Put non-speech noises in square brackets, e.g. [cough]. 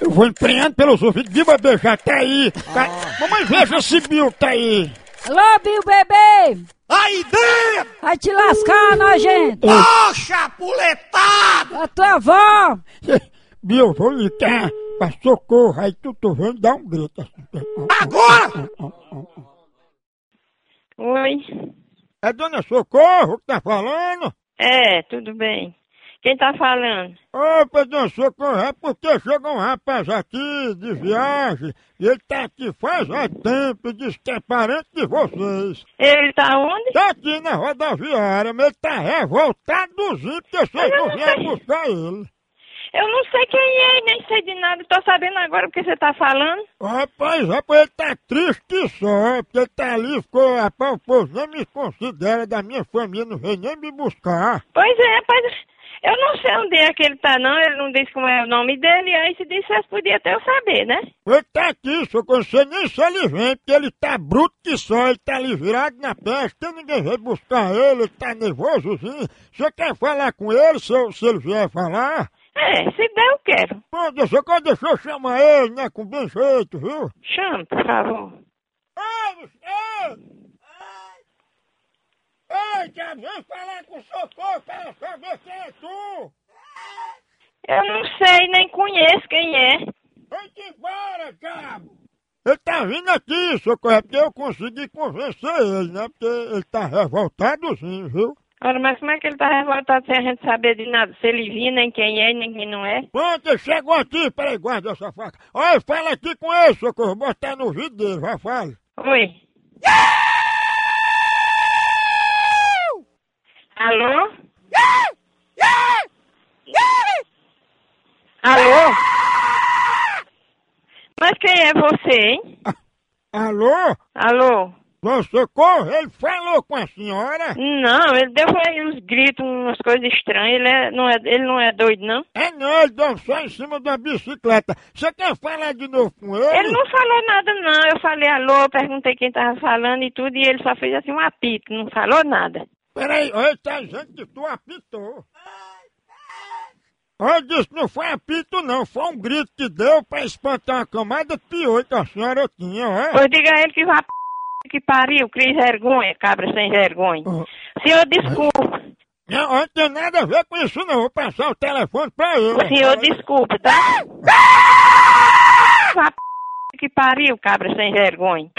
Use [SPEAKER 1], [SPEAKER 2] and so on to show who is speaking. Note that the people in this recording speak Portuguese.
[SPEAKER 1] Eu vou empreendo pelos ouvidos. Viva beijar, tá aí. Tá... Mamãe, veja esse Bill, tá aí. [laughs]
[SPEAKER 2] Alô, Bill Bebê!
[SPEAKER 3] Aí dentro!
[SPEAKER 2] Vai te lascar, nojento!
[SPEAKER 3] Poxa, puletado!
[SPEAKER 2] A tua avó!
[SPEAKER 1] Bill, vou ligar pra socorro. Aí tu, tu vem dar um grito. assim.
[SPEAKER 3] Agora!
[SPEAKER 4] Oi.
[SPEAKER 1] É Dona Socorro que tá falando?
[SPEAKER 4] É, tudo bem. Quem tá falando?
[SPEAKER 1] Opa, Dona Socorro, é porque chegou um rapaz aqui de viagem. E ele tá aqui faz há tempo, diz que é parente de vocês.
[SPEAKER 4] Ele tá onde?
[SPEAKER 1] Tá aqui na rodoviária, mas ele tá revoltadozinho porque vocês não vieram buscar ele.
[SPEAKER 4] Eu não sei quem é e nem sei de nada. Tô sabendo agora o que você tá falando.
[SPEAKER 1] Rapaz, rapaz, ele tá triste só, porque ele tá ali, ficou, rapaz, o povo nem me considera da minha família, não veio nem me buscar.
[SPEAKER 4] Pois é, rapaz. Eu não sei onde é que ele tá, não. Ele não disse como é o nome dele. Aí se dissesse, podia até eu saber, né?
[SPEAKER 1] Ele tá aqui, só que eu não sei nem se ele vem, porque ele tá bruto que só, ele tá ali virado na peste, ninguém veio buscar ele, ele tá nervosozinho. Você quer falar com ele, se, eu- se ele vier falar?
[SPEAKER 4] É, se der, eu quero.
[SPEAKER 1] Pô, deixa, eu- deixa eu chamar ele, né, com bem jeito, viu?
[SPEAKER 4] Chama, por favor.
[SPEAKER 1] Ei, ei! Ei, já vem falar com o socorro para saber quem é tu!
[SPEAKER 4] Eu não sei, nem conheço quem é.
[SPEAKER 1] Vai-te embora, cabo! Ele tá vindo aqui, socorro, é porque eu consegui convencer ele, né? Porque ele tá revoltadozinho, viu?
[SPEAKER 4] Ora, mas como é que ele tá revoltado sem a gente saber de nada? Se ele vir, nem quem é, nem quem não é?
[SPEAKER 1] Pronto, ele chegou aqui, peraí, guarda essa faca. Olha, fala aqui com ele, socorro, botar no vídeo dele, vai, fala.
[SPEAKER 4] Oi. Alô? Alô? Mas quem é você, hein?
[SPEAKER 1] Alô?
[SPEAKER 4] Alô?
[SPEAKER 1] Bom, socorro, ele falou com a senhora?
[SPEAKER 4] Não, ele deu aí uns gritos, umas coisas estranhas. Ele, é- não é, ele não é doido, não?
[SPEAKER 1] É não, ele deu só em cima da bicicleta. Você quer falar de novo com ele?
[SPEAKER 4] Ele não falou nada, não. Eu falei alô, perguntei quem tava falando e tudo, e ele só fez assim um apito, não falou nada.
[SPEAKER 1] Peraí, ó, ele tá dizendo que tu apitou. Ó, Ele disse que não foi apito não, foi um grito que deu pra espantar uma camada de piolho que a senhora tinha, ó.
[SPEAKER 4] Pois diga a ele que vá p... que pariu, cris vergonha, cabra sem vergonha.
[SPEAKER 1] Ó,
[SPEAKER 4] Senhor, desculpa.
[SPEAKER 1] Não, ó, não tem nada a ver com isso não, vou passar o telefone pra ele.
[SPEAKER 4] O senhor desculpa, tá? Vá p... que pariu, cabra sem vergonha.